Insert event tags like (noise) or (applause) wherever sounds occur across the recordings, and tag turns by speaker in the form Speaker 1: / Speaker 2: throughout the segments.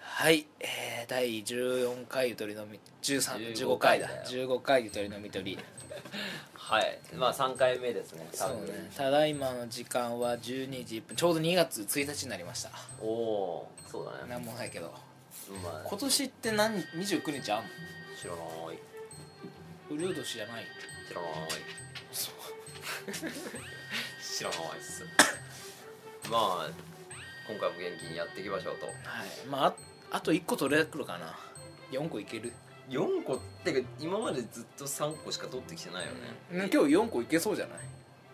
Speaker 1: はい、えー第14回ゆとりのみ13 15回だ15回ゆとりのみとり
Speaker 2: はいまあ3回目ですね
Speaker 1: そ
Speaker 2: 多
Speaker 1: う
Speaker 2: 分
Speaker 1: ねただいまの時間は12時1分ちょうど2月1日になりました
Speaker 2: おおーそうだね
Speaker 1: なんもないけど
Speaker 2: うまい
Speaker 1: 今年って何29日あんの
Speaker 2: 知らない
Speaker 1: うるう年じゃない
Speaker 2: 知らない (laughs) 知らないっすまあ今回も元気にやっていきましょうと
Speaker 1: はいまあああと1個取れてくるかな4個いける、
Speaker 2: 4個ってか今までずっと3個しか取ってきてないよね、
Speaker 1: うん今日4個いけそうじゃない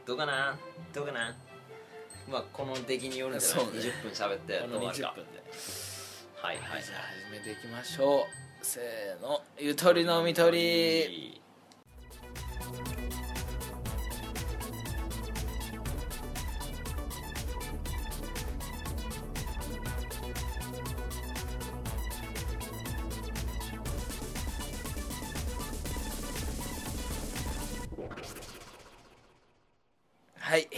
Speaker 2: どうかなどうかなまあこの出来によるんじゃない、
Speaker 1: そうね
Speaker 2: 20分喋って
Speaker 1: こ
Speaker 2: ど
Speaker 1: の
Speaker 2: うなる
Speaker 1: 20
Speaker 2: か
Speaker 1: 分で
Speaker 2: はいは
Speaker 1: はいいじゃあ始めていきましょうせーのゆとりのみとりはい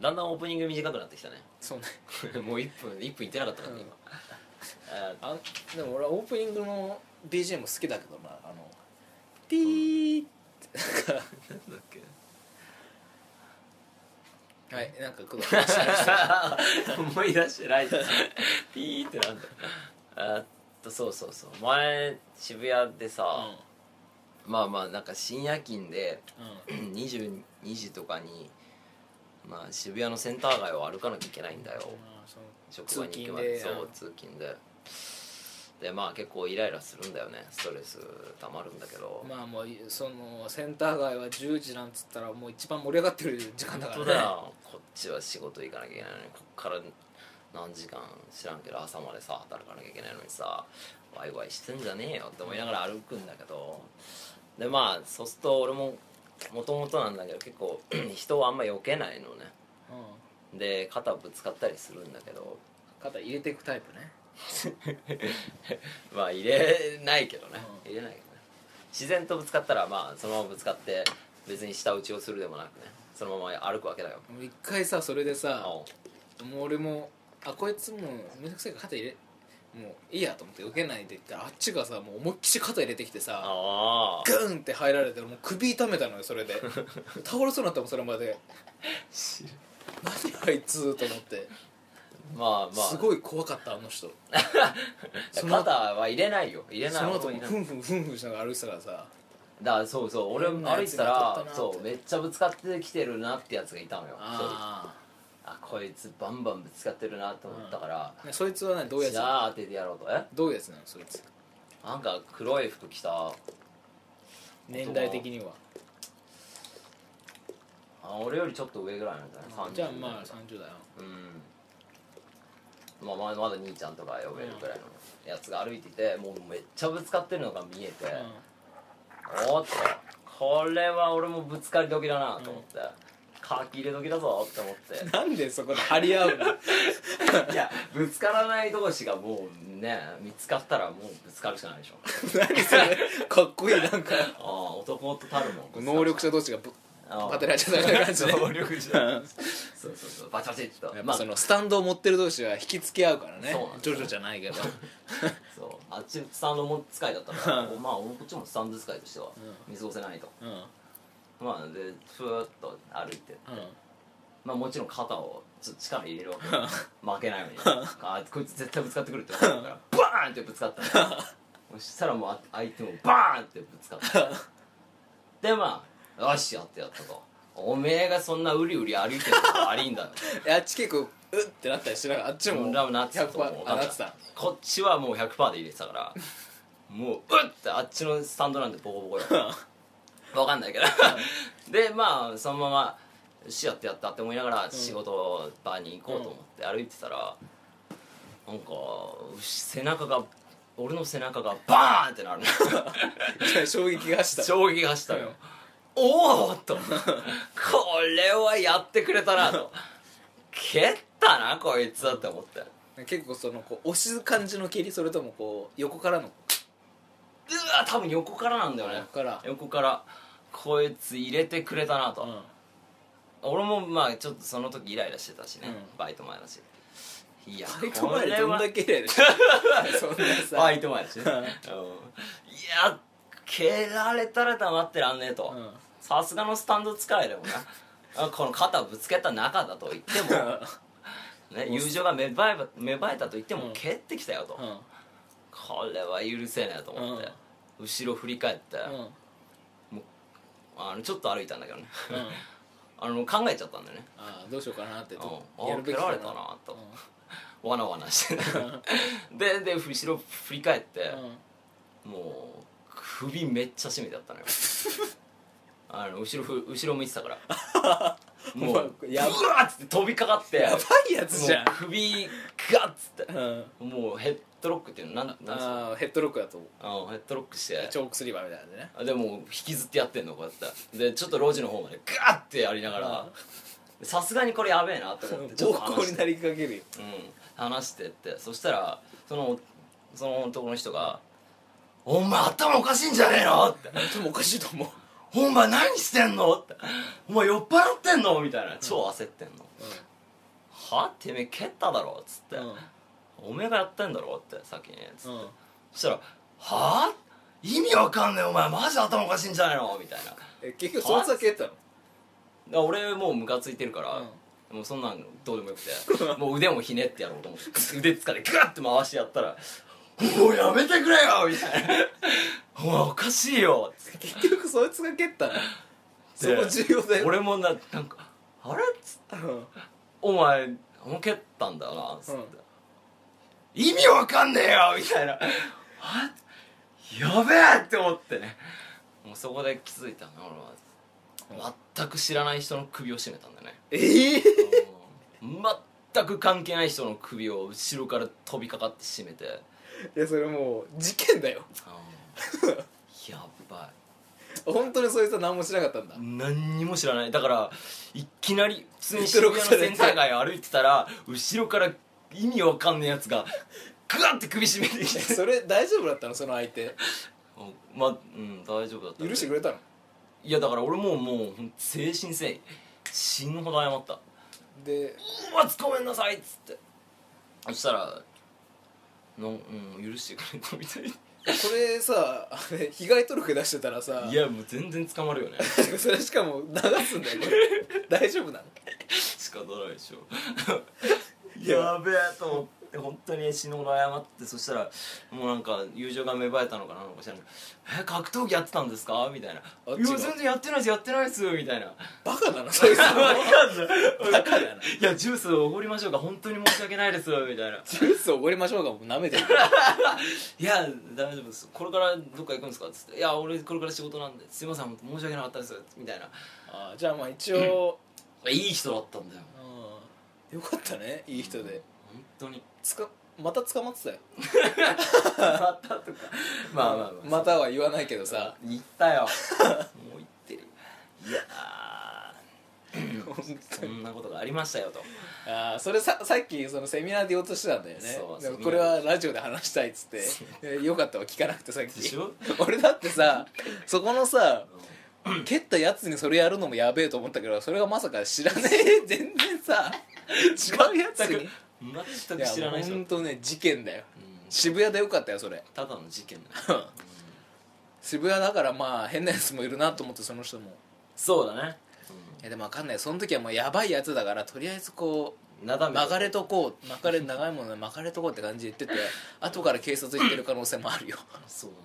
Speaker 2: だんだんオープニング短くなってきたね
Speaker 1: そうね
Speaker 2: (laughs) もう1分1分いってなかったからね今、あ
Speaker 1: あでも俺はオープニングの BGM 好きだけどなあのピーってなんか
Speaker 2: ーなんだっけ
Speaker 1: はいなんか工藤 (laughs)
Speaker 2: (laughs) 思い出してない (laughs) ピーってなんだあっとそうそうそう前渋谷でさ、まあまあなんか深夜勤で (clears throat) 22時とかに、まあ、渋谷のセンター街を歩かなきゃいけないんだよ職場に行くまで
Speaker 1: 通勤で
Speaker 2: そう通勤ででまあ結構イライラするんだよねストレスたまるんだけど、
Speaker 1: うんまあもうそのセンター街は10時なんつったらもう一番盛り上がってる時間だから
Speaker 2: 本
Speaker 1: ね
Speaker 2: 当だよこっちは仕事行かなきゃいけないのにこっから何時間知らんけど朝までさ働かなきゃいけないのにさワイワイしてんじゃねえよって思いながら歩くんだけどでまあそうすると俺ももともとなんだけど結構 (clears throat) 人をあんま避けないのね
Speaker 1: うん
Speaker 2: で肩ぶつかったりするんだけど
Speaker 1: 肩入れていくタイプね
Speaker 2: まあ入れないけどね、入れないけどね自然とぶつかったらまあそのままぶつかって別に舌打ちをするでもなくねそのまま歩くわけだよ
Speaker 1: もう一回さそれでさ
Speaker 2: あ
Speaker 1: もう俺もあこいつもうめんどくさいから肩入れもういいやと思って受けないでってあっちがさもう思いっきし肩入れてきてさ
Speaker 2: あー
Speaker 1: グンって入られてもう首痛めたのよそれで倒れそうになったもんそれまで何あいつと思って、
Speaker 2: まあまあ
Speaker 1: すごい怖かったあの人その
Speaker 2: 肩は入れないよ入れない
Speaker 1: その後
Speaker 2: 入
Speaker 1: も
Speaker 2: れない
Speaker 1: ふんふんふんふんしながら歩いてたからさ
Speaker 2: だからそうそう俺
Speaker 1: 変な
Speaker 2: 歩
Speaker 1: や
Speaker 2: い
Speaker 1: つ
Speaker 2: て
Speaker 1: が
Speaker 2: た
Speaker 1: 当たっ
Speaker 2: ら
Speaker 1: たな
Speaker 2: そ
Speaker 1: っ
Speaker 2: う
Speaker 1: て
Speaker 2: めっちゃぶつかってきてるなってやつがいたのよあ
Speaker 1: あ
Speaker 2: あこいつバンバンぶつかってるなと思ったから、
Speaker 1: あそいつはねどういうやつ
Speaker 2: じゃあ当ててやろうとえ
Speaker 1: どういうやつなのそいつ
Speaker 2: なんか黒い服着た
Speaker 1: 年代的には
Speaker 2: あ俺よりちょっと上ぐらいなんじゃない30
Speaker 1: じゃあまあ30だよ
Speaker 2: うん、まあ、まだまだ兄ちゃんとか呼べるぐらいのやつが歩いててもうめっちゃぶつかってるのが見えて、おっとこれは俺もぶつかり時だなと思って、書き入れ時だぞって思
Speaker 1: うん
Speaker 2: っ
Speaker 1: なんでそこで張り合うの
Speaker 2: ていやぶつからない同士がもうね見つかったらもうぶつかるしかないでしょ
Speaker 1: 何それかっこいいなんか
Speaker 2: ああ男とたるもん
Speaker 1: 能力者同士がぶ
Speaker 2: ああ
Speaker 1: バテられちゃったみたいな感じで
Speaker 2: 能力じゃんそうそうそうバチバチっと
Speaker 1: やっ
Speaker 2: ま
Speaker 1: ぱ
Speaker 2: あ
Speaker 1: そのスタンドを持ってる同士は引き付け合うからね
Speaker 2: そうなんです
Speaker 1: ジ
Speaker 2: よ
Speaker 1: ョジョじゃないけど
Speaker 2: そうあっちスタンドも使いだったからまあ俺こっちもスタンド使いとしては見過ごせないと、
Speaker 1: うんうん
Speaker 2: まあでふわっと歩いてまあもちろん肩をちょっと力入れる
Speaker 1: (laughs)
Speaker 2: わけ負けないようにあこいつ絶対ぶつかってくるって思ったから
Speaker 1: (laughs)
Speaker 2: バーンってぶつかったのそしたらもうあ相手もバーンってぶつかったでまあよしやってやったとおめえがそんなうりうり歩いてるの悪
Speaker 1: (laughs)
Speaker 2: いんだよ
Speaker 1: いやあっち結構うってなったりしながらあっちも
Speaker 2: 俺らもなってたと思う
Speaker 1: 100%あなってた
Speaker 2: こっちはもう100%で入れてたからもううっってあっちのスタンドなんてボコボコよわかんないけどでまあそのままよしやってやったって思いながら仕事場に行こうと思って歩いてたら、なんか背中が俺の背中がバーンっ
Speaker 1: (laughs)
Speaker 2: てなるの
Speaker 1: 衝撃がした
Speaker 2: 衝撃が走ったのよおおとこれはやってくれたなと蹴ったなこいつだって思ってうわ
Speaker 1: 結構そのこう押す感じの蹴りそれともこう横からの
Speaker 2: 多分横からなんだよね
Speaker 1: 横から
Speaker 2: 横からこいつ入れてくれたなと、
Speaker 1: うん
Speaker 2: 俺もまあちょっとその時イライラしてたしね、
Speaker 1: うん
Speaker 2: バイト前だしいや
Speaker 1: バイト
Speaker 2: こ
Speaker 1: 前
Speaker 2: れ
Speaker 1: どん
Speaker 2: は
Speaker 1: だけイライ
Speaker 2: (laughs)
Speaker 1: ラしてるそんなさ
Speaker 2: バイト前でしね
Speaker 1: うん
Speaker 2: うんいや蹴られたら黙ってらんねえと
Speaker 1: うん
Speaker 2: さすがのスタンド使えでも
Speaker 1: (laughs)
Speaker 2: なあこの肩ぶつけた中だと言っても、ね、友情が芽生えば芽生えたと言って
Speaker 1: う
Speaker 2: も
Speaker 1: ん
Speaker 2: 蹴ってきたよと、
Speaker 1: うん
Speaker 2: これは許せねえと思って、後ろ振り返って、
Speaker 1: うん
Speaker 2: あのちょっと歩いたんだけどね
Speaker 1: うん
Speaker 2: (laughs) あの考えちゃったんだよね
Speaker 1: ああどうしようかなってと
Speaker 2: うん
Speaker 1: やるべきか
Speaker 2: あ蹴られたなとわなわなして
Speaker 1: う
Speaker 2: (laughs) でで後ろ振り返って、
Speaker 1: んうん
Speaker 2: もう首めっちゃ締めて
Speaker 1: (laughs)
Speaker 2: あったのよあの後ろふ後ろ向いてたから
Speaker 1: (laughs)
Speaker 2: もう
Speaker 1: お前
Speaker 2: ブ
Speaker 1: や
Speaker 2: ワ
Speaker 1: ば
Speaker 2: ーッつって飛びかかって
Speaker 1: やば
Speaker 2: も
Speaker 1: いやつじゃん
Speaker 2: う首ガッつって
Speaker 1: うん
Speaker 2: もうヘッドロックっていうのなんなんつうの
Speaker 1: あーヘッドロックだと思う
Speaker 2: うんヘッドロックして
Speaker 1: チョークスリーバーみたいなんでね
Speaker 2: でもう引きずってやってんのこうやってでちょっと路地の方までガーってやりながらさすがにこれやべえなと思ってちょっ
Speaker 1: (laughs) 暴
Speaker 2: と話
Speaker 1: 行
Speaker 2: し
Speaker 1: に
Speaker 2: て
Speaker 1: な、りかけるよ
Speaker 2: うん、話してってそしたらそのその男の人が「お前頭おかしいんじゃねえの?」って
Speaker 1: でもおかしいと思う
Speaker 2: 「お前何してんの?」って「お前酔っ払ってんの?」みたいな超焦ってんの「はてめえ蹴っただろ」っつって
Speaker 1: うん
Speaker 2: 「おめえがやってんだろ?」って先につって
Speaker 1: うん
Speaker 2: そしたら「はあ意味わかんねえお前マジ頭おかしいんじゃねえの?」みたいな。
Speaker 1: え結局そいつは蹴ったの
Speaker 2: だから俺もうムカついてるから、もうそんなんどうでもよ
Speaker 1: (laughs)
Speaker 2: くてもう腕もひねってやろうと思って腕つかでガッて回してやったら「もうやめてくれよ!」みたいな「お前おかしいよ!つって
Speaker 1: 結局そいつが蹴ったのそこ重要だ」よ
Speaker 2: 俺もななんか「あれ?」っつって
Speaker 1: うん
Speaker 2: 「お前もう蹴ったんだよな」つって、
Speaker 1: うん
Speaker 2: 意味わかんねえよ!」みたいな「あやべえ!」って思ってねもうそこで気づいたの俺は全く知らない人の首を絞めたんだよね
Speaker 1: ええ
Speaker 2: 全く関係ない人の首を後ろから飛びかかって締めて
Speaker 1: いやそれもう事件だよ
Speaker 2: やっば
Speaker 1: 本当にそいつは何もしなかったんだ
Speaker 2: い何にも知らないだからいきなり普通
Speaker 1: ヘッ
Speaker 2: に
Speaker 1: ド
Speaker 2: 渋
Speaker 1: ロッ
Speaker 2: 谷
Speaker 1: ク
Speaker 2: の
Speaker 1: されて
Speaker 2: センター街歩いてたら後ろから意味わかんねえやつがグワッて首絞めて
Speaker 1: (laughs)
Speaker 2: きて
Speaker 1: それ大丈夫だったのその相手
Speaker 2: まあうん大丈夫だった
Speaker 1: 許してくれたの
Speaker 2: いやだから俺もうもうほんと誠心誠意死ぬほど謝った
Speaker 1: で
Speaker 2: 「うわごめんなさい」っつってそしたらの、うん、許してくれたみたい
Speaker 1: これさあれ被害届出してたらさ
Speaker 2: いやもう全然捕まるよね
Speaker 1: それしかも流すんだよこれ大丈夫なの
Speaker 2: 仕方ないでしょ (laughs) やべえと思って本当に死ぬほど謝ってそしたらもうなんか友情が芽生えたのかなのか知らない「え格闘技やってたんですか?」みたいな「い
Speaker 1: 違
Speaker 2: や
Speaker 1: う
Speaker 2: 全然やってないですやってないです」みたいな
Speaker 1: バカ
Speaker 2: (laughs)
Speaker 1: だなそいつ
Speaker 2: 「わ
Speaker 1: も
Speaker 2: かんない
Speaker 1: バカだない
Speaker 2: やジュースおごりましょうか本当に申し訳ないです」みたいな
Speaker 1: ジュースおごりましょうかもう舐めてる
Speaker 2: 「いや大丈夫ですこれからどっか行くんですか?」っつって「いや俺これから仕事なんですいません本当申し訳なかったです」みたいな
Speaker 1: あーじゃあまあ一応、
Speaker 2: いい人だったんだよ
Speaker 1: うんよかったねいい人で
Speaker 2: 本当に
Speaker 1: つかまた捕まってたよ
Speaker 2: またとかまあまあまあ
Speaker 1: (laughs) または言わないけど
Speaker 2: さ
Speaker 1: さ
Speaker 2: 行ったよ (laughs) もう行ってるいや
Speaker 1: 本
Speaker 2: ー
Speaker 1: 当
Speaker 2: そ
Speaker 1: に
Speaker 2: んなことがありましたよと
Speaker 1: あーそれささっきそのセミナーで言おうとしてたんだよね
Speaker 2: そう
Speaker 1: でも
Speaker 2: セミナー
Speaker 1: これはラジオで話したいっつってえよかったわ聞かなくてさっ
Speaker 2: で
Speaker 1: き
Speaker 2: しょ
Speaker 1: 俺だって
Speaker 2: (laughs)
Speaker 1: さそこのさ蹴ったやつにそれやるのもやべえと思ったけどそれがまさか知らね
Speaker 2: (laughs)
Speaker 1: え全然さ違うやつに
Speaker 2: 全く知らない人、う
Speaker 1: 本
Speaker 2: ん、
Speaker 1: 当ね事件だよ渋谷でよかったよそれ
Speaker 2: ただの事件だよ
Speaker 1: 渋谷だからまあ変なやつもいるなと思ってその人も
Speaker 2: そうだね、
Speaker 1: いやでも分かんないその時はもうやばいやつだからとりあえずこ
Speaker 2: うん、なだ
Speaker 1: う
Speaker 2: め
Speaker 1: 巻かれとこう巻かれ長いもので巻かれとこうって感じで言 (laughs) ってて後から警察行ってる可能性もあ (laughs) るよ
Speaker 2: そうだね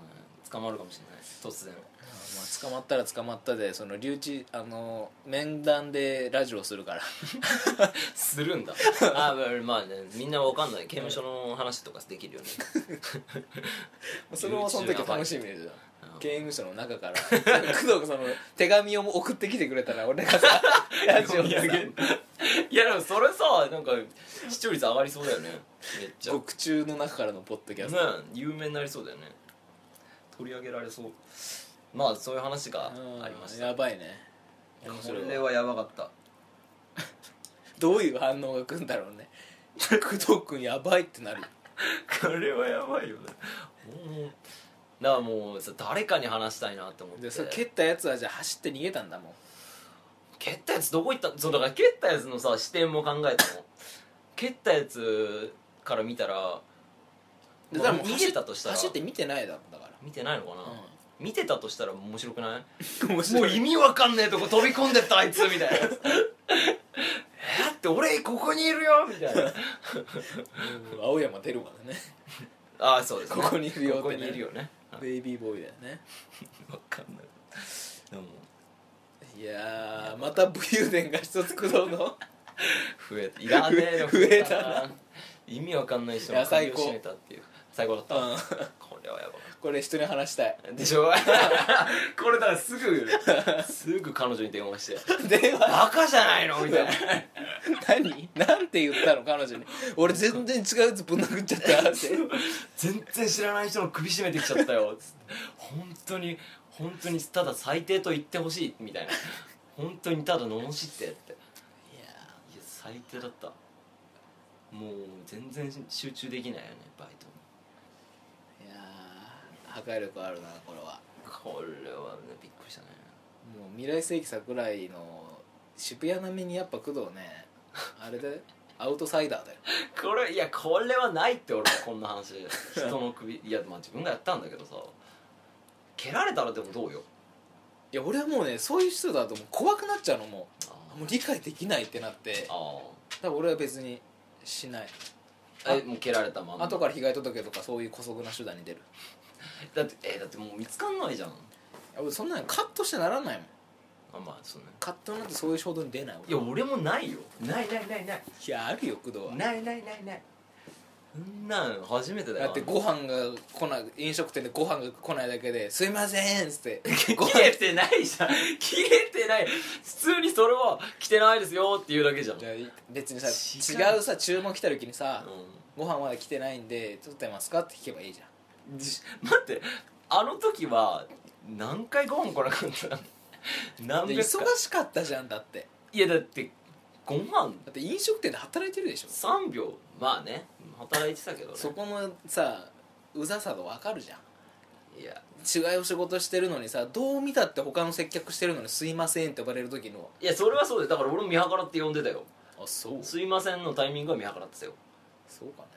Speaker 2: 捕まるかもしれない突然
Speaker 1: まあ捕まったら捕まったでその留置あの面談でラジオするから
Speaker 2: するん (laughs) だあまあまあねみんなわかんない刑務所の話とかできるよね
Speaker 1: それもその時楽しみでしょ
Speaker 2: うん
Speaker 1: 刑務所の中から工藤がその手紙を送ってきてくれたら俺がさ (laughs) ラジオでさ
Speaker 2: 読み上げいやでもそれさなんか視聴率上がりそうだよねめっちゃ
Speaker 1: 獄中の中からのポッドキャスト
Speaker 2: ね有名になりそうだよね取り上げられそうまあそういう話がありまし
Speaker 1: うん
Speaker 2: た
Speaker 1: やばいね
Speaker 2: これはやばかった
Speaker 1: どういう反応が来るんだろうね工藤君やばいってなる
Speaker 2: これはやばいよねもうだからもうさ誰かに話したいなって思って
Speaker 1: でそれ蹴ったやつはじゃあ走って逃げたんだもん
Speaker 2: 蹴ったやつどこ行ったそうだから蹴ったやつのさ視点も考えたの蹴ったやつから見たら
Speaker 1: だからもう
Speaker 2: 逃げたとしたら
Speaker 1: 走って見てないだろだか
Speaker 2: 見てないのかな、
Speaker 1: ら、
Speaker 2: 見てたとしたら面白くない
Speaker 1: うん、面
Speaker 2: (laughs) も
Speaker 1: 白
Speaker 2: う
Speaker 1: い
Speaker 2: 意味わかんねえとこ飛び込んでったあいつみ (laughs) たいなえだって俺ここにいるよみたいな
Speaker 1: うん青山テルマだね
Speaker 2: (laughs) ああそうです、
Speaker 1: ここにいるよってね
Speaker 2: ここにいるよねはい
Speaker 1: ベイビーボーイだよね
Speaker 2: わかんないでも
Speaker 1: いやーまた武勇伝が一つ駆動
Speaker 2: (laughs)
Speaker 1: の
Speaker 2: 増えたいらねえの
Speaker 1: 増え
Speaker 2: (laughs)
Speaker 1: たな
Speaker 2: 意味わかんない人
Speaker 1: い
Speaker 2: の
Speaker 1: や最
Speaker 2: 首を
Speaker 1: 高
Speaker 2: 絞めたっていう最高だった、
Speaker 1: うん
Speaker 2: これはやばか
Speaker 1: これ人に話したい
Speaker 2: ったでしょ (laughs) これだからすぐ (laughs) すぐ彼女に電話して
Speaker 1: 電
Speaker 2: 「
Speaker 1: 話
Speaker 2: バカじゃないの?」みたいな
Speaker 1: 何なんて言ったの彼女に俺全然違うやつぶん殴っちゃ
Speaker 2: (laughs)
Speaker 1: ったって
Speaker 2: 全然知らない人の首絞めてきちゃったよつって本当に本当にただ最低と言ってほしいみたいな本当にただ罵ってっていや最低だったもう全然集中できないよねバイトに
Speaker 1: いやー破壊力あるなこれは
Speaker 2: これはねびっくりしたね
Speaker 1: もう未来世紀桜井の渋谷並みにやっぱ工藤ねあれだよアウトサイダーだよ
Speaker 2: これいやこれはないって俺はこんな話人の首いやまあ自分がやったんだけどさ蹴られたらでもどうよ
Speaker 1: いや俺はもうねそういう人だともう怖くなっちゃうのも
Speaker 2: あ
Speaker 1: うもう理解できないってなってだか
Speaker 2: あ
Speaker 1: ら俺は別にしない
Speaker 2: あえもう蹴られたまんま
Speaker 1: 後から被害届とかそういう姑息な手段に出る
Speaker 2: だってえだってもう見つかんないじゃん
Speaker 1: いや俺そんなのカットしてならないもん
Speaker 2: あまあそうね
Speaker 1: カットなんてそういう衝動に出ない
Speaker 2: いや俺もないよないないないない
Speaker 1: いやあるよ工藤は
Speaker 2: ないないないないそんなん初めてだよ
Speaker 1: だ
Speaker 2: (laughs)
Speaker 1: ってご飯が来ない飲食店でご飯が来ないだけで「すいません」っつ
Speaker 2: (laughs)
Speaker 1: って「ご
Speaker 2: 切
Speaker 1: 飯
Speaker 2: れてないじゃん (laughs) 切れてない普通にそれは来てないですよっていうだけじゃん、う
Speaker 1: じ
Speaker 2: ん、
Speaker 1: ゃあ別にさ
Speaker 2: 違う
Speaker 1: 違うさ注文来た時にさ「ご飯まだ来てないんで取ってますか?」って聞けばいいじゃん
Speaker 2: じ待ってあの時は何回ご飯来なかった (laughs) の何
Speaker 1: で
Speaker 2: 百
Speaker 1: 忙
Speaker 2: 回
Speaker 1: しかったじゃんだって
Speaker 2: いやだってご飯
Speaker 1: だって飲食店で働いてるでしょ
Speaker 2: 3秒まあね働いてたけどね
Speaker 1: そこのさうざさが分かるじゃん
Speaker 2: いや
Speaker 1: 違う仕事してるのにさどう見たって他の接客してるのに「すいません」って呼ばれる時の
Speaker 2: いやそれはそうでだから俺も見計らって呼んでたよ
Speaker 1: あそう
Speaker 2: すいませんのタイミングは見計らってたよ
Speaker 1: そうかね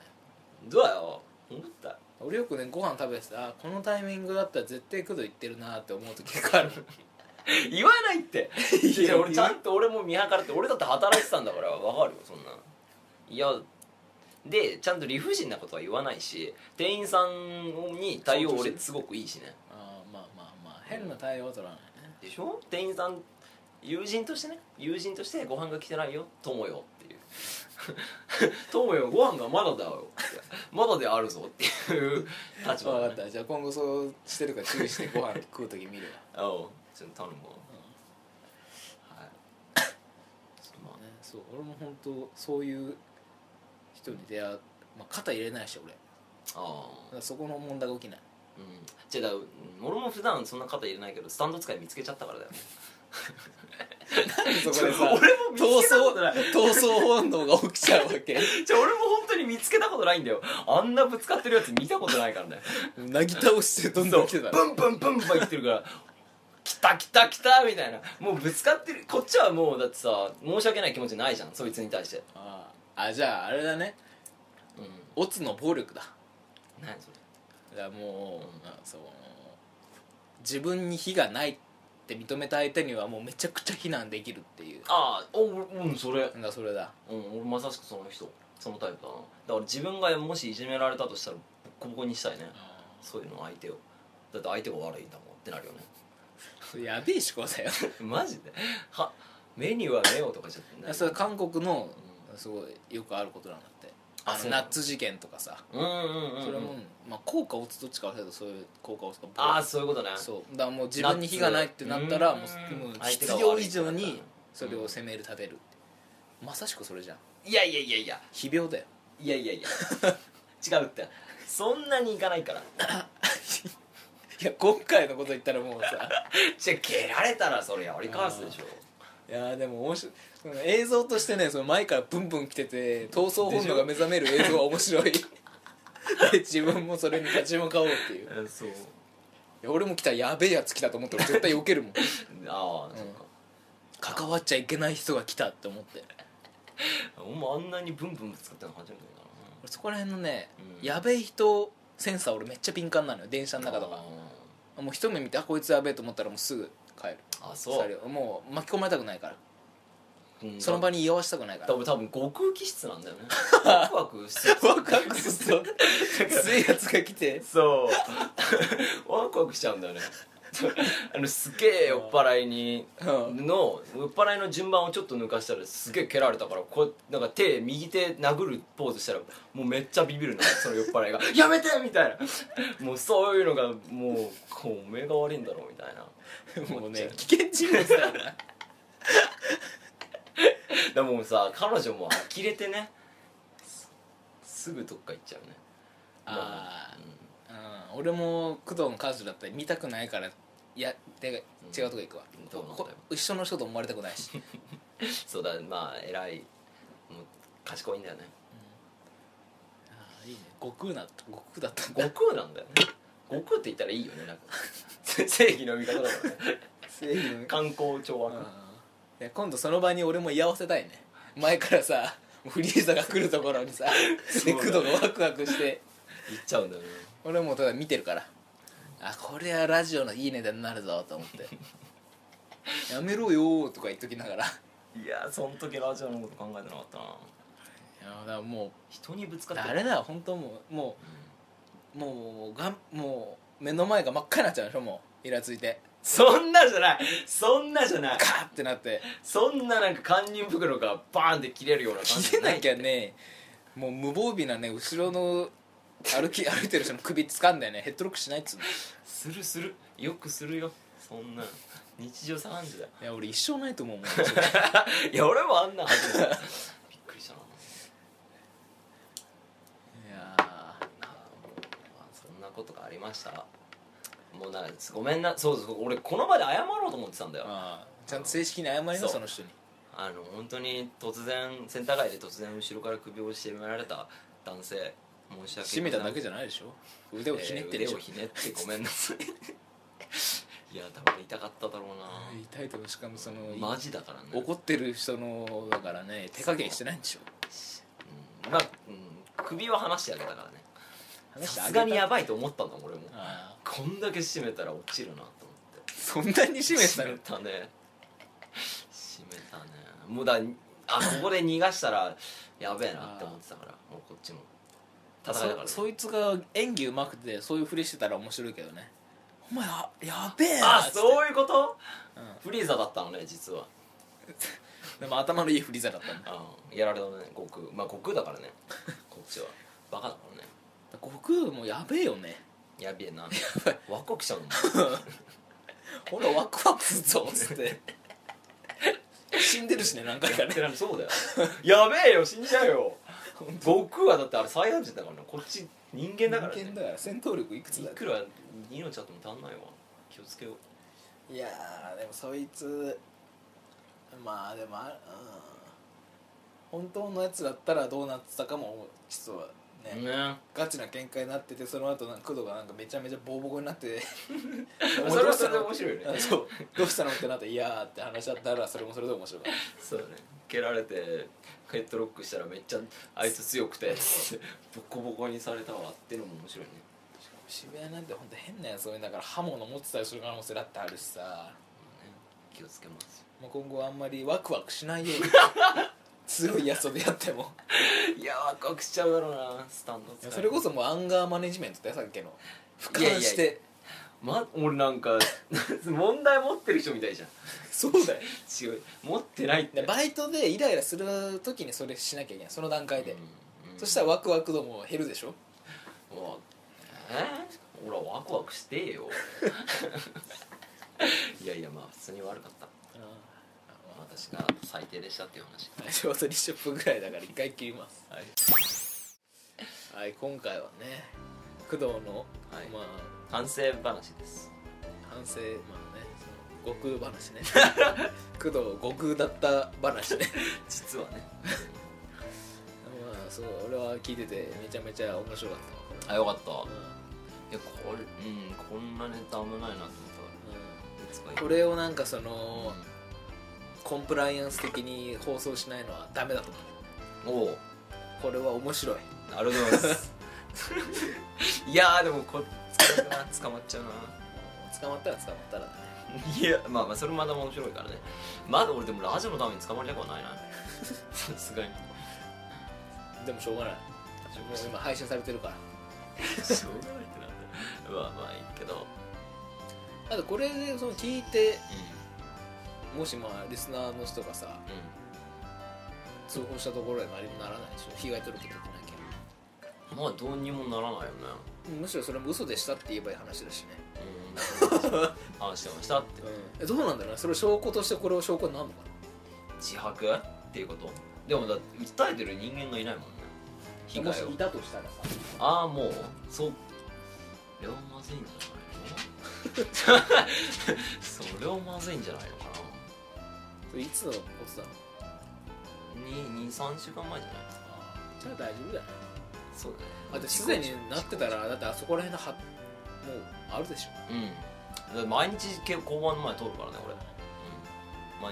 Speaker 2: どうだよ思ったよ
Speaker 1: 俺よくねご飯食べてさあこのタイミングだったら絶対工藤行ってるなって思う時 (laughs) がある
Speaker 2: 言わないって
Speaker 1: いや
Speaker 2: いや俺ちゃんと俺も見計らって俺だって働いてたんだからわかるよそんないやでちゃんと理不尽なことは言わないし店員さんに対応
Speaker 1: そうそう
Speaker 2: 俺すごくいいしね
Speaker 1: あーまあまあまあ変な対応は取らないね
Speaker 2: でしょ店員さん友人としてね友人としてご飯が来てないよ友よっていう (laughs) 友よご飯がまだだよってまだであるぞっていう立場
Speaker 1: 分
Speaker 2: だ、
Speaker 1: かっ
Speaker 2: ね、
Speaker 1: たじゃあ今後そうしてるから注意してご飯食う時見るわ
Speaker 2: あおちょっと頼むわ、はいちょっとまあ
Speaker 1: (laughs) ねそう俺も本当そういう人に出会う、まあ、肩入れないし俺だ
Speaker 2: ああ
Speaker 1: からそこの問題が起きない
Speaker 2: うんじゃあだから俺も普段そんな肩入れないけどスタンド使い見つけちゃったからだよね
Speaker 1: (laughs) そこ
Speaker 2: ちょ
Speaker 1: で (laughs) さ
Speaker 2: 俺も見
Speaker 1: 闘
Speaker 2: つけたことない
Speaker 1: 争闘争本能が起きちゃうわけ
Speaker 2: (laughs) じゃあ俺も本当に見つけたことないんだよあんなぶつかってるやつ見たことない (laughs) からね
Speaker 1: なぎ倒してどんどん来てた
Speaker 2: ブンブンブンブン言ってるから来た来た来たみたいなもうぶつかってるこっちはもうだってさ申し訳ない気持ちないじゃんそいつに対して
Speaker 1: あーあじゃああれだね
Speaker 2: うん
Speaker 1: オツの暴力だ
Speaker 2: 何それ
Speaker 1: だからもう、あその自分に非がないって認めた相手にはもうめちゃくちゃ非難できるっていう
Speaker 2: ああおうんそれ
Speaker 1: なんだそれだ
Speaker 2: うん俺まさしくその人そのタイプだなだから自分がもしいじめられたとしたらボッコボコにしたいねそういうの相手をだって相手が悪いんだもんってなるよね
Speaker 1: やべえ思考だよ
Speaker 2: (laughs) マジでは目には目をとかじゃな
Speaker 1: (laughs)
Speaker 2: い
Speaker 1: それ韓国のすごいよくあることなんだって
Speaker 2: あ
Speaker 1: あ
Speaker 2: そ
Speaker 1: の
Speaker 2: うな
Speaker 1: ナ
Speaker 2: の
Speaker 1: ッツ事件とかさ
Speaker 2: うんうんうん、うん、
Speaker 1: それも、まあ、効果を打つどっちか忘れたけどそういう効果を打つか
Speaker 2: ああそういうことね
Speaker 1: そうだからもう自分に非がないってなったら
Speaker 2: ナ
Speaker 1: も
Speaker 2: ッツ
Speaker 1: うも
Speaker 2: う
Speaker 1: うん必要以上
Speaker 2: 相手が悪いってなったら
Speaker 1: に
Speaker 2: ね
Speaker 1: それを責める立てるまさしくそれじゃん
Speaker 2: いやいやいやいや
Speaker 1: 非病だよ
Speaker 2: いや
Speaker 1: (laughs)
Speaker 2: いやいや違うってそんなにいかないから (laughs)
Speaker 1: いや今回のこと言ったらもう
Speaker 2: (laughs)
Speaker 1: さ
Speaker 2: じゃあ蹴られたらそれやり返すでしょ
Speaker 1: いやーでも面白いその映像としてねその前からブンブン来てて闘争本能が目覚める映像は面白い (laughs) で自分もそれに立ち向かおうっていうい
Speaker 2: えそう
Speaker 1: や俺も来たらやべえやつ来たと思って俺絶対避けるもん
Speaker 2: ああ、そうか
Speaker 1: 関わっちゃいけない人が来たって思って
Speaker 2: お前あんなにブンブンぶつかったの初めてだな
Speaker 1: 俺そこら辺のね、
Speaker 2: うん
Speaker 1: やべえ人センサー俺めっちゃ敏感なのよ電車の中とかもう一目見てあこいつやべえと思ったらもうすぐ帰る
Speaker 2: あーあそう、
Speaker 1: うもう巻き込まれたくないから
Speaker 2: うん
Speaker 1: その場に居合わせたくないから
Speaker 2: 多分多分極空気質なん
Speaker 1: (laughs)
Speaker 2: だよねワクワクしてる
Speaker 1: ワクワクすると強いやつが来て
Speaker 2: そう (laughs) ワクワクしちゃうんだよねあのすげえ酔っ払いに
Speaker 1: うん
Speaker 2: の酔っ払いの順番をちょっと抜かしたらすげえ蹴られたからこうなんか手右手殴るポーズしたらもうめっちゃビビるなその酔っ払
Speaker 1: (laughs)
Speaker 2: いが「やめて!」みたいなもうそういうのがもうこう目が悪いんだろうみたいな
Speaker 1: もうね危険人物だよな
Speaker 2: でもうさ彼女も呆れてねすすぐどっか行っちゃうね
Speaker 1: ああ、うん、俺も工藤の彼女だったら見たくないからいやで違うとこ行くわ、
Speaker 2: うん
Speaker 1: こ
Speaker 2: どうなんだ
Speaker 1: こ
Speaker 2: よ
Speaker 1: 一緒の人と思われたくない
Speaker 2: (laughs)
Speaker 1: し
Speaker 2: そうだまあ偉いもう賢いんだよね
Speaker 1: ああいいね悟空な悟空だったんだ
Speaker 2: 悟空なんだよね悟空って言ったらいいよねなんか (laughs) 正義の味方だからね
Speaker 1: 正義の
Speaker 2: 観光調和
Speaker 1: うんいや今度その場に俺も居合わせたいね前からさフリーザが来るところにさ
Speaker 2: そう
Speaker 1: で
Speaker 2: だ
Speaker 1: 工藤がワクワクして
Speaker 2: 行っちゃうんだよね
Speaker 1: 俺はもうただ見てるからあこれはラジオのいいネタになるぞと思って (laughs) やめろよーとか言っときながらい
Speaker 2: いやーその時ラジオのこと考えてなかったな
Speaker 1: やだからもう
Speaker 2: 人にぶつかって
Speaker 1: あれだよ本当もうもうもうがんもう目の前が真っ赤になっちゃうでしょもうイラついて
Speaker 2: そんなじゃないそんなじゃない
Speaker 1: カーってなって
Speaker 2: そんななんか堪忍袋がバーンって切れるような感じ
Speaker 1: 切れなきゃねもう無防備なね後ろの歩き歩いてる人の首掴んだよねヘッドロックしないっつうの
Speaker 2: するするよくするよそんな日常茶飯事だよ
Speaker 1: いや俺一生ないと (laughs) 思うもん
Speaker 2: いや俺もあんなはずだ (laughs) びっくりしたな
Speaker 1: や
Speaker 2: あーもうまあそんなことがありましたもうなんかごめんなそうそう俺この場で謝ろうと思ってたんだよ
Speaker 1: あちゃんと正式に謝りな
Speaker 2: そう
Speaker 1: その人に
Speaker 2: あの本当に突然センター街で突然後ろから首を絞められた男性申し訳
Speaker 1: 締めただけじゃないでしょ腕をひねってるでし
Speaker 2: えー腕
Speaker 1: ょ
Speaker 2: を、ひねってごめんなさいいや多分痛かっただろう
Speaker 1: 痛いとこしかもその
Speaker 2: なマジだからね
Speaker 1: 怒ってる人のだからね手加減してないんでしょ
Speaker 2: うんまあ、うん、首は離してあげたからね
Speaker 1: 話して
Speaker 2: さ
Speaker 1: あ
Speaker 2: す
Speaker 1: げた
Speaker 2: がにやばいと思ったんだ俺も
Speaker 1: ああ
Speaker 2: こんだけ締めたら落ちるなと思って
Speaker 1: そんなに締めてた
Speaker 2: 閉
Speaker 1: の
Speaker 2: めたね閉めたねもうだあここで逃がしたらやべえなって思ってたからもうこっちも戦いだからね
Speaker 1: そそいつが演技うまくてそういうふりしてたら面白いけどねお前ややべえな
Speaker 2: あ
Speaker 1: っつって
Speaker 2: そういうこと、
Speaker 1: うん
Speaker 2: フリーザだったのね実は、
Speaker 1: でも頭のいいフリーザだったんだ
Speaker 2: うん、やられたね悟空まあ悟空だからねこっちはバカだからね
Speaker 1: 悟空もやべえよね
Speaker 2: やべえなワクワクしちゃうもん
Speaker 1: 俺ワクワクするぞっつって
Speaker 2: (laughs)
Speaker 1: 死んでるしね何回か
Speaker 2: やっ
Speaker 1: ね
Speaker 2: てらんそうだよやべえよ死んじゃうよ
Speaker 1: 本
Speaker 2: 悟空はだってあれ最大人だからねこっち人間だからね
Speaker 1: 人間だから戦闘力いくつ
Speaker 2: い
Speaker 1: だよ
Speaker 2: くら命あっても足んないわ気をつけよう
Speaker 1: いやーでもそいつまあでもあうん本当のやつだったらどうなってたかもちょっとね、
Speaker 2: ね
Speaker 1: ガチな見解になっててその後なんか工藤がなんかめちゃめちゃボーボコになって
Speaker 2: (laughs) それはそれで面白いよね
Speaker 1: あ (laughs) そうどうしたのってなって「いやー」って話し合ったらそれもそれで面白いから
Speaker 2: そうだね蹴られてヘッドロックしたらめっちゃあいつ強
Speaker 1: (laughs)
Speaker 2: くてつってボコボコにされたわってのも面白いね
Speaker 1: しかも渋谷なんて本当変なやつ多いんだから刃物持ってたりする可能性だってあるしさ
Speaker 2: ね気をつけます
Speaker 1: もう今後あんまりワクワクしない
Speaker 2: (laughs)
Speaker 1: ように強いやつと出会っても
Speaker 2: いやワクワクしちゃうだろうなスタンド
Speaker 1: い
Speaker 2: 使
Speaker 1: や
Speaker 2: い
Speaker 1: それこそもうアンガーマネジメントだよさっきの俯
Speaker 2: いやいや
Speaker 1: 瞰
Speaker 2: いや
Speaker 1: して
Speaker 2: ま、俺なんか (laughs) 問題持ってる人みたいじゃん
Speaker 1: そう (laughs) だよ
Speaker 2: 違う持ってないって
Speaker 1: でバイトでイライラする時にそれしなきゃいけないその段階で、そしたらワクワク度も減るでしょ
Speaker 2: らわえー、俺はワクワクして
Speaker 1: (laughs)
Speaker 2: えよいやいやまあ普通に悪かった私が最低でしたっていう話
Speaker 1: ちょうど20分ぐらいだから一回切ります
Speaker 2: はい
Speaker 1: はい今回はね工藤の、
Speaker 2: はい
Speaker 1: まあ
Speaker 2: 反省話です
Speaker 1: 反省まあねその悟空話ね (laughs) 工藤悟空だった話ね
Speaker 2: 実はね
Speaker 1: (laughs) まあそう俺は聞いててめちゃめちゃ面白かった
Speaker 2: あよかったい
Speaker 1: わこ
Speaker 2: やこれうんこんなネタ危ないなと思っ
Speaker 1: れはうん
Speaker 2: たいつか
Speaker 1: これをなんかそのコンプライアンス的に放送しないのはダメだと思う
Speaker 2: おお
Speaker 1: これは面白い
Speaker 2: ありがとうございます (laughs) いやーでもこ捕まっ捕まっちゃうな
Speaker 1: 捕まったら捕まったらだね
Speaker 2: いやまあまあそれまだ面白いからねまだ俺でもラジオのために捕まりたくはないなさすがに
Speaker 1: でもしょうがないもう今配信されてるから
Speaker 2: しょうがないってなんだまあまあいいけど、
Speaker 1: あとこれでその聞いてもしまあリスナーの人がさ
Speaker 2: うん
Speaker 1: 通報したところで何もならないでしょ被害届出てないけ
Speaker 2: うん、まあどうにもならないよね
Speaker 1: どむしろそれも嘘でしたって言えばいい話だしね、
Speaker 2: うん (laughs) だから話してましたって
Speaker 1: えどうなんだろうねそれ証拠としてこれを証拠になるのか
Speaker 2: 自白っていうことでもだって訴えてる人間がいないもんね被
Speaker 1: なも
Speaker 2: 害
Speaker 1: し
Speaker 2: を
Speaker 1: いたとしたらさ
Speaker 2: ああもうそうそれはまずいんじゃないのそれはまずいんじゃない
Speaker 1: (laughs)
Speaker 2: のか
Speaker 1: それいつのことだろう
Speaker 2: な23週間前じゃない
Speaker 1: じゃあ大丈夫だよ
Speaker 2: そうだね
Speaker 1: あとすでになってたらだってあそこら辺のはもうあるでしょ
Speaker 2: うんだって毎日結構交番の前通るからね俺、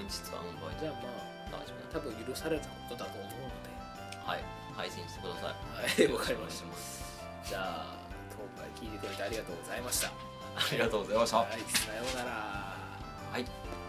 Speaker 2: うん、毎日使うのバイト
Speaker 1: じゃあま
Speaker 2: 大丈夫
Speaker 1: あ多分許されたことだと思うので
Speaker 2: だはい配信してくださ
Speaker 1: はい
Speaker 2: い
Speaker 1: わかりまし
Speaker 2: よろくお願います
Speaker 1: たじゃあ今回聞いてくれてありがとうございました
Speaker 2: ありがとうございました
Speaker 1: はいさようなら
Speaker 2: はい